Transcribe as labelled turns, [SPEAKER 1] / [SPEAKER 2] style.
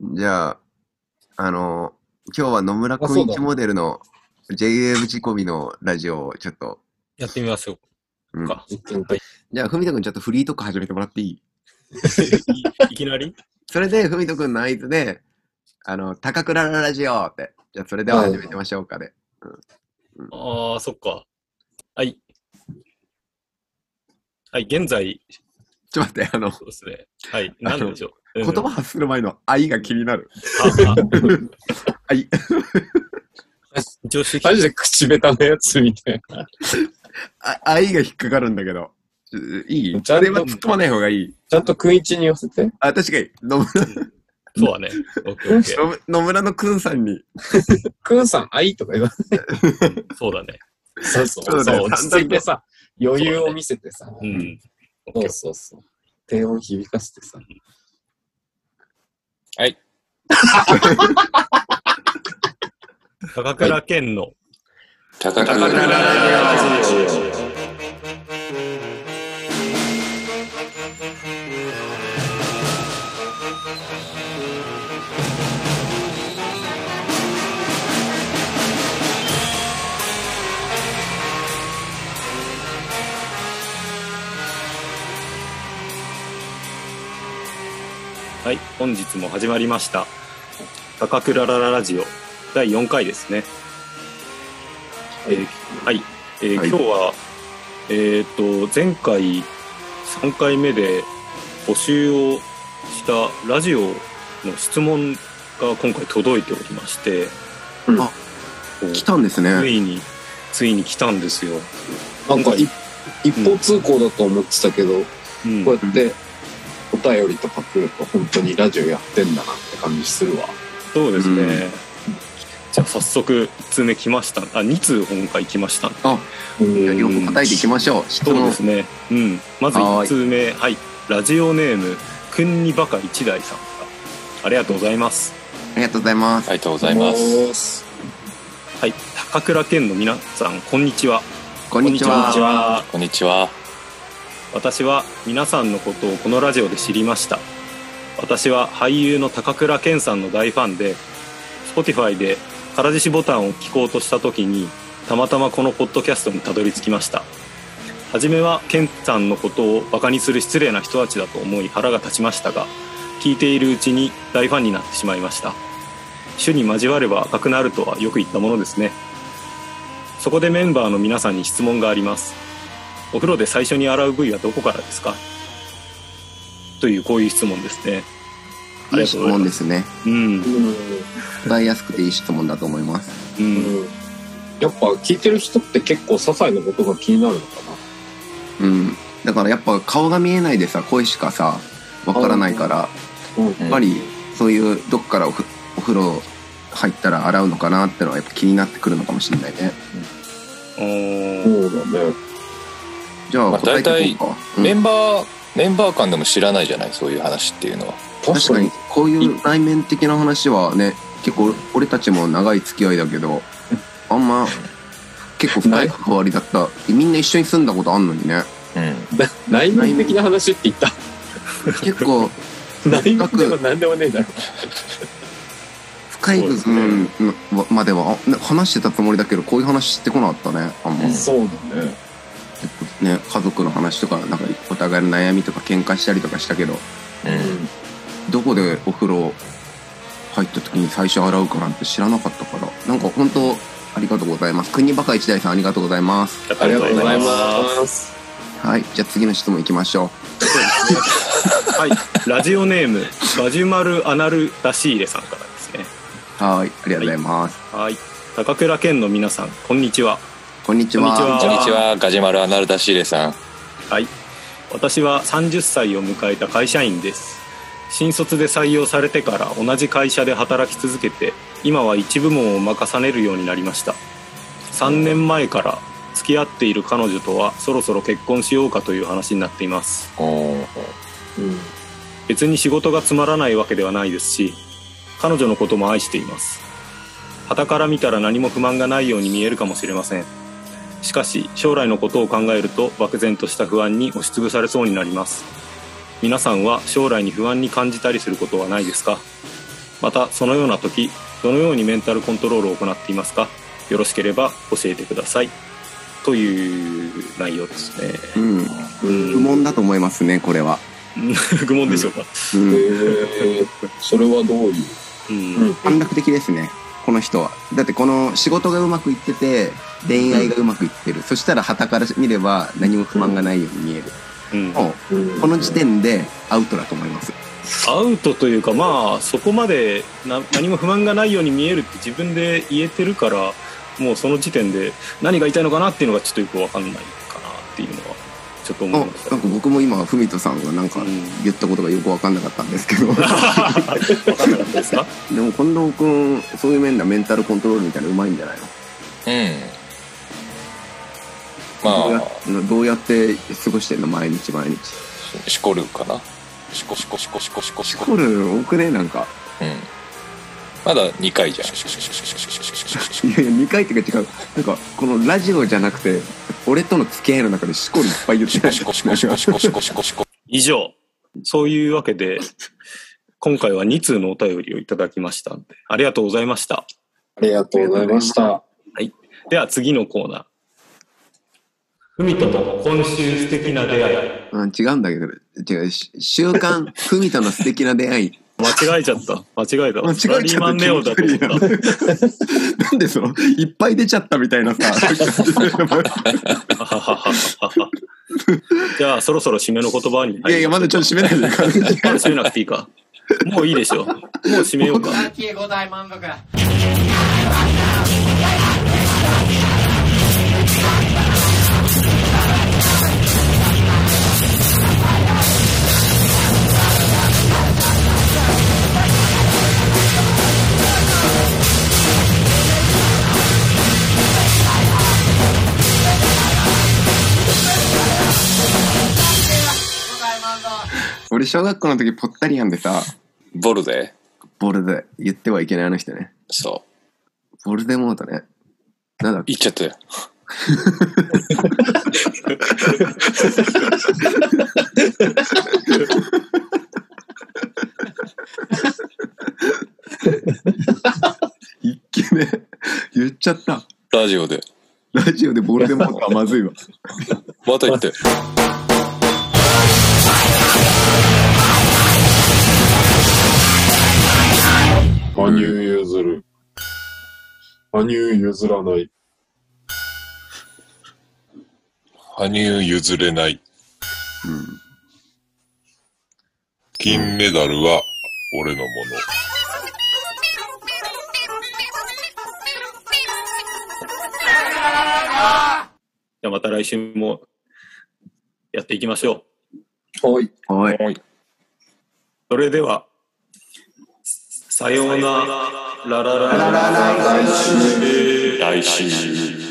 [SPEAKER 1] じゃあ、あの、今日は野村
[SPEAKER 2] あ
[SPEAKER 1] コ
[SPEAKER 2] そ
[SPEAKER 1] イ
[SPEAKER 2] う
[SPEAKER 1] ン
[SPEAKER 2] だ
[SPEAKER 1] チモデルの JA ぶち込みのラジオをちょっと、
[SPEAKER 3] やってみますよ。
[SPEAKER 1] うん
[SPEAKER 3] か
[SPEAKER 2] 一見
[SPEAKER 3] はい
[SPEAKER 1] じゃあ、ふみとくんちょっとフリートーク始めてもらっていい
[SPEAKER 3] いい きなり
[SPEAKER 1] それで、ふみとくんの合図で、あの、高倉のラジオって、じゃあ、それでは始めてましょうかで。
[SPEAKER 3] ああ、そっか。はい。はい、現在、
[SPEAKER 1] ちょっと待って、あの、
[SPEAKER 3] そうですね。はい、
[SPEAKER 1] あの
[SPEAKER 3] なんでしょう。
[SPEAKER 1] 言葉発する前の愛が気になる。
[SPEAKER 3] うんあ
[SPEAKER 1] 愛。
[SPEAKER 3] あ一応主
[SPEAKER 2] マ
[SPEAKER 3] 義
[SPEAKER 2] ジで口下手なやつみたいな。
[SPEAKER 1] あ愛が引っかかるんだけど。ちょいい
[SPEAKER 2] ちゃ
[SPEAKER 1] そ
[SPEAKER 2] ん
[SPEAKER 1] れ
[SPEAKER 2] と
[SPEAKER 1] は突っ込まない方がいい。
[SPEAKER 2] ちゃんと食い地に寄せて。
[SPEAKER 1] あ、確かに、野村
[SPEAKER 3] そうはね。オッケーオッケー
[SPEAKER 1] 野村野村のくんさんに、
[SPEAKER 2] くんさん、あいとか言わ
[SPEAKER 3] そうだね。
[SPEAKER 2] ない。そうそ
[SPEAKER 1] そうだ
[SPEAKER 2] う。そ
[SPEAKER 1] よ
[SPEAKER 2] う落ち着いてさ、余裕を見せてさ。
[SPEAKER 3] うん。オ
[SPEAKER 2] そう
[SPEAKER 3] ッケー
[SPEAKER 2] そうそう。低音響かせてさ。
[SPEAKER 3] 高倉健の、
[SPEAKER 2] 高く
[SPEAKER 3] はい、本日も始まりました。高倉ラララジオ、第4回ですね。えーはい、えー
[SPEAKER 1] はい
[SPEAKER 3] 今日は、えー、と前回3回目で募集をしたラジオの質問が今回届いておりまして、
[SPEAKER 2] うん
[SPEAKER 1] あ
[SPEAKER 3] こう
[SPEAKER 1] 来たんです
[SPEAKER 3] つ
[SPEAKER 1] ね。
[SPEAKER 3] いについに来たんですよ。
[SPEAKER 2] なんかい一
[SPEAKER 3] うん
[SPEAKER 2] 方通行だと思ってたけど、
[SPEAKER 3] うん
[SPEAKER 2] こうやってお便りとか来ると本当にラジオやってんだなって感じするわ。
[SPEAKER 3] そうですね、
[SPEAKER 1] うん
[SPEAKER 3] じゃあ早速1通目来ましたあ2通今回来ました
[SPEAKER 1] じゃあ両方答えていきましょう。質
[SPEAKER 3] そうで
[SPEAKER 1] 問
[SPEAKER 3] す。ね、うん、まず
[SPEAKER 1] はー
[SPEAKER 3] 1
[SPEAKER 1] い
[SPEAKER 3] 通目はい、ラジオネームくんにバカ一台さんからありがとうございます
[SPEAKER 1] ありがとうございます。
[SPEAKER 4] ありがとうご
[SPEAKER 2] ご
[SPEAKER 4] ざいます。
[SPEAKER 2] す。
[SPEAKER 3] はい、高倉健の皆さん、こんにちは。
[SPEAKER 1] こんにち
[SPEAKER 3] こんにち
[SPEAKER 1] は。
[SPEAKER 3] は。
[SPEAKER 4] こんにちは。
[SPEAKER 3] 私は皆さんのことをこのラジオで知りました。私は俳優の高倉健さんの大ファンで、Spotify でからじしボタンを聞こうとした時に、たまたまこのポッドキャストにたどり着きました。初めは健さんのことをバカにする失礼な人たちだと思い腹が立ちましたが、聞いているうちに大ファンになってしまいました。種に交われば赤くなるとはよく言ったものですね。そこでメンバーの皆さんに質問があります。お風呂で最初に洗う部位はどこからですかというこういう質問ですね。
[SPEAKER 1] い
[SPEAKER 3] あり
[SPEAKER 1] い
[SPEAKER 3] が
[SPEAKER 1] 質
[SPEAKER 3] とうござい
[SPEAKER 1] 問
[SPEAKER 3] ま。
[SPEAKER 1] ですすね。
[SPEAKER 3] うん。
[SPEAKER 2] う。
[SPEAKER 1] 答えやすくていい質問だと思います。
[SPEAKER 3] うんん。
[SPEAKER 2] うんやっぱ聞いてる人って結構些細なことが気になるのか
[SPEAKER 1] うん。だからやっぱ顔が見えないでさ、声しかさ、わからないから、
[SPEAKER 2] な。うん。
[SPEAKER 1] やっぱりそういうどっからおふお風呂入ったら洗うのかなってのはやっぱ気になってくるのかもしれないね。
[SPEAKER 3] おー
[SPEAKER 2] そうだね。
[SPEAKER 1] じゃ
[SPEAKER 4] ま
[SPEAKER 1] あ
[SPEAKER 4] あ
[SPEAKER 1] 答えていこうか。うん
[SPEAKER 4] メンバー、メンバー間でも知らないじゃないそういう話っていうのは。
[SPEAKER 2] 確
[SPEAKER 1] 確
[SPEAKER 2] か
[SPEAKER 1] か
[SPEAKER 2] に
[SPEAKER 1] に。こういう内面的な話はね結構俺たちも長い付き合いだけどあんま結構
[SPEAKER 2] な
[SPEAKER 1] 深
[SPEAKER 2] い
[SPEAKER 1] い関わりだったみんな一緒に住んだことあんのにね
[SPEAKER 4] うん。
[SPEAKER 2] な 内面的な話って言った。
[SPEAKER 1] 結構
[SPEAKER 2] 内面でも何でもねえだろ。
[SPEAKER 1] 深い部分のまではあね話してたつもりだけどこういう話してこなかったねあんま、
[SPEAKER 4] うん
[SPEAKER 1] 結
[SPEAKER 2] そうだね。
[SPEAKER 1] 構ね家族の話とかなんかお互いの悩みとか喧嘩したりとかしたけど
[SPEAKER 4] うん。
[SPEAKER 1] どこでお風呂入った時に最初洗うかなんて知らなかったからなんか本当ありがとうございます国バカ一大さんありがとうございます
[SPEAKER 2] ありがとうござい
[SPEAKER 3] す
[SPEAKER 2] ます。
[SPEAKER 1] はい、じゃあ次の質問いきましょ
[SPEAKER 3] はい、ラジオネームバジュマルアナルダシーレさんからですね。
[SPEAKER 1] う。はい、ありがとうございます。
[SPEAKER 3] はい、高倉健の皆さん、こんにちは。
[SPEAKER 1] こんにちは。
[SPEAKER 3] こんに
[SPEAKER 4] こんにちは。ガジュマルアナルダシーレさん。
[SPEAKER 3] はい、私は30歳を迎えた会社員です。新卒で採用されてから同じ会社で働き続けて、今は一部門を任されるようになりました。3年前から付き合っている彼女とはそろそろ結婚しようかという話になっています。
[SPEAKER 4] おー
[SPEAKER 2] うん。
[SPEAKER 3] 別に仕事がつまらないわけではないですし彼女のことも愛しています傍から見たら何も不満がないように見えるかもしれませんしかし将来のことを考えると漠然とした不安に押しつぶされそうになります皆さんは将来に不安に感じたりすることはないですかまたそのような時どのようにメンタルコントロールを行っていますかよろしければ教えてくださいという内容ですね
[SPEAKER 1] うん。
[SPEAKER 2] うん
[SPEAKER 1] 不問だと思いますね、これは。
[SPEAKER 3] 愚問でしょうか、
[SPEAKER 1] うん。
[SPEAKER 2] えー、それはどういう
[SPEAKER 3] うん
[SPEAKER 2] うん
[SPEAKER 1] 短絡的ですね、この人は。だってこの仕事がうまくいってて、恋愛がうまくいってる。そしたら旗から見れば何も不満がないように見える。
[SPEAKER 3] うん
[SPEAKER 1] もう、この時点でアウトだと思います。
[SPEAKER 3] アウトというかまあそこまでな何も不満がないように見えるって自分で言えてるからもうその時点で何が言いたいのかなっていうのがちょっとよく分かんないかなっていうのはちょっと
[SPEAKER 1] あな
[SPEAKER 3] 思い
[SPEAKER 1] ん
[SPEAKER 3] まし
[SPEAKER 1] か僕も今、ふみとさんがなんか
[SPEAKER 3] うん
[SPEAKER 1] 言ったことがよくわかんなかったんですけど。
[SPEAKER 3] た分かんなかったですか
[SPEAKER 1] でも近藤くん、そういう面ではメンタルコントロールみたいなのうまいんじゃないの
[SPEAKER 4] うんまあ
[SPEAKER 1] どうやどうやって過ごしてんの毎日毎日。
[SPEAKER 4] しこるかなしこしこしこしこしこし
[SPEAKER 1] し
[SPEAKER 4] こ
[SPEAKER 1] こる多くねなんか。
[SPEAKER 4] うんまだ2回じゃん
[SPEAKER 1] いやいや、2回ってか違う。なんか、このラジオじゃなくて、俺との付き合いの中でしこるいっぱい言って
[SPEAKER 4] シ
[SPEAKER 1] な
[SPEAKER 4] コ
[SPEAKER 1] い
[SPEAKER 4] シコシコシコシコシコシコシコ
[SPEAKER 3] 以上そういうわけで今回は2通のお便りをいただきましたんでありがとうございました
[SPEAKER 2] ありがとうございました。
[SPEAKER 3] では次のコーナーふみとの今週素敵な出会い
[SPEAKER 1] うん、違うんだけど、違う、し週刊、ふみとの素敵な出 会い。
[SPEAKER 3] 間違えちゃった間違えた
[SPEAKER 1] 間違えちゃった
[SPEAKER 3] サラリーマンネオだと思った
[SPEAKER 1] 気持 なんでその、いっぱい出ちゃったみたい なさ。
[SPEAKER 3] じゃあそろそろ締めの言葉に入りましょう
[SPEAKER 1] いやいや、まだちょっと締めないでください。
[SPEAKER 3] まだ締めなくていいか もういいでしょもう締めよう か
[SPEAKER 5] ラッキー5大満足
[SPEAKER 1] 俺、小学校の時、ぽったりやんでさ、
[SPEAKER 4] ボルゼ
[SPEAKER 1] ボルで、言ってはいけないあの人ね。
[SPEAKER 4] そ
[SPEAKER 1] ボルデモートね。なんだっ
[SPEAKER 4] う
[SPEAKER 1] け
[SPEAKER 4] いっちゃったよ
[SPEAKER 1] 一気ね。 言っちゃった。
[SPEAKER 4] ラジオで
[SPEAKER 1] ラジオでボルデモートはまず いわ。
[SPEAKER 4] また言って
[SPEAKER 2] 羽生譲る。羽生譲らない。
[SPEAKER 6] 羽生譲れない。金メダルは俺のもの。
[SPEAKER 3] じゃあまた来週もやっていきましょう
[SPEAKER 2] はい。
[SPEAKER 1] はい。
[SPEAKER 3] それではさようならララララ
[SPEAKER 4] 来週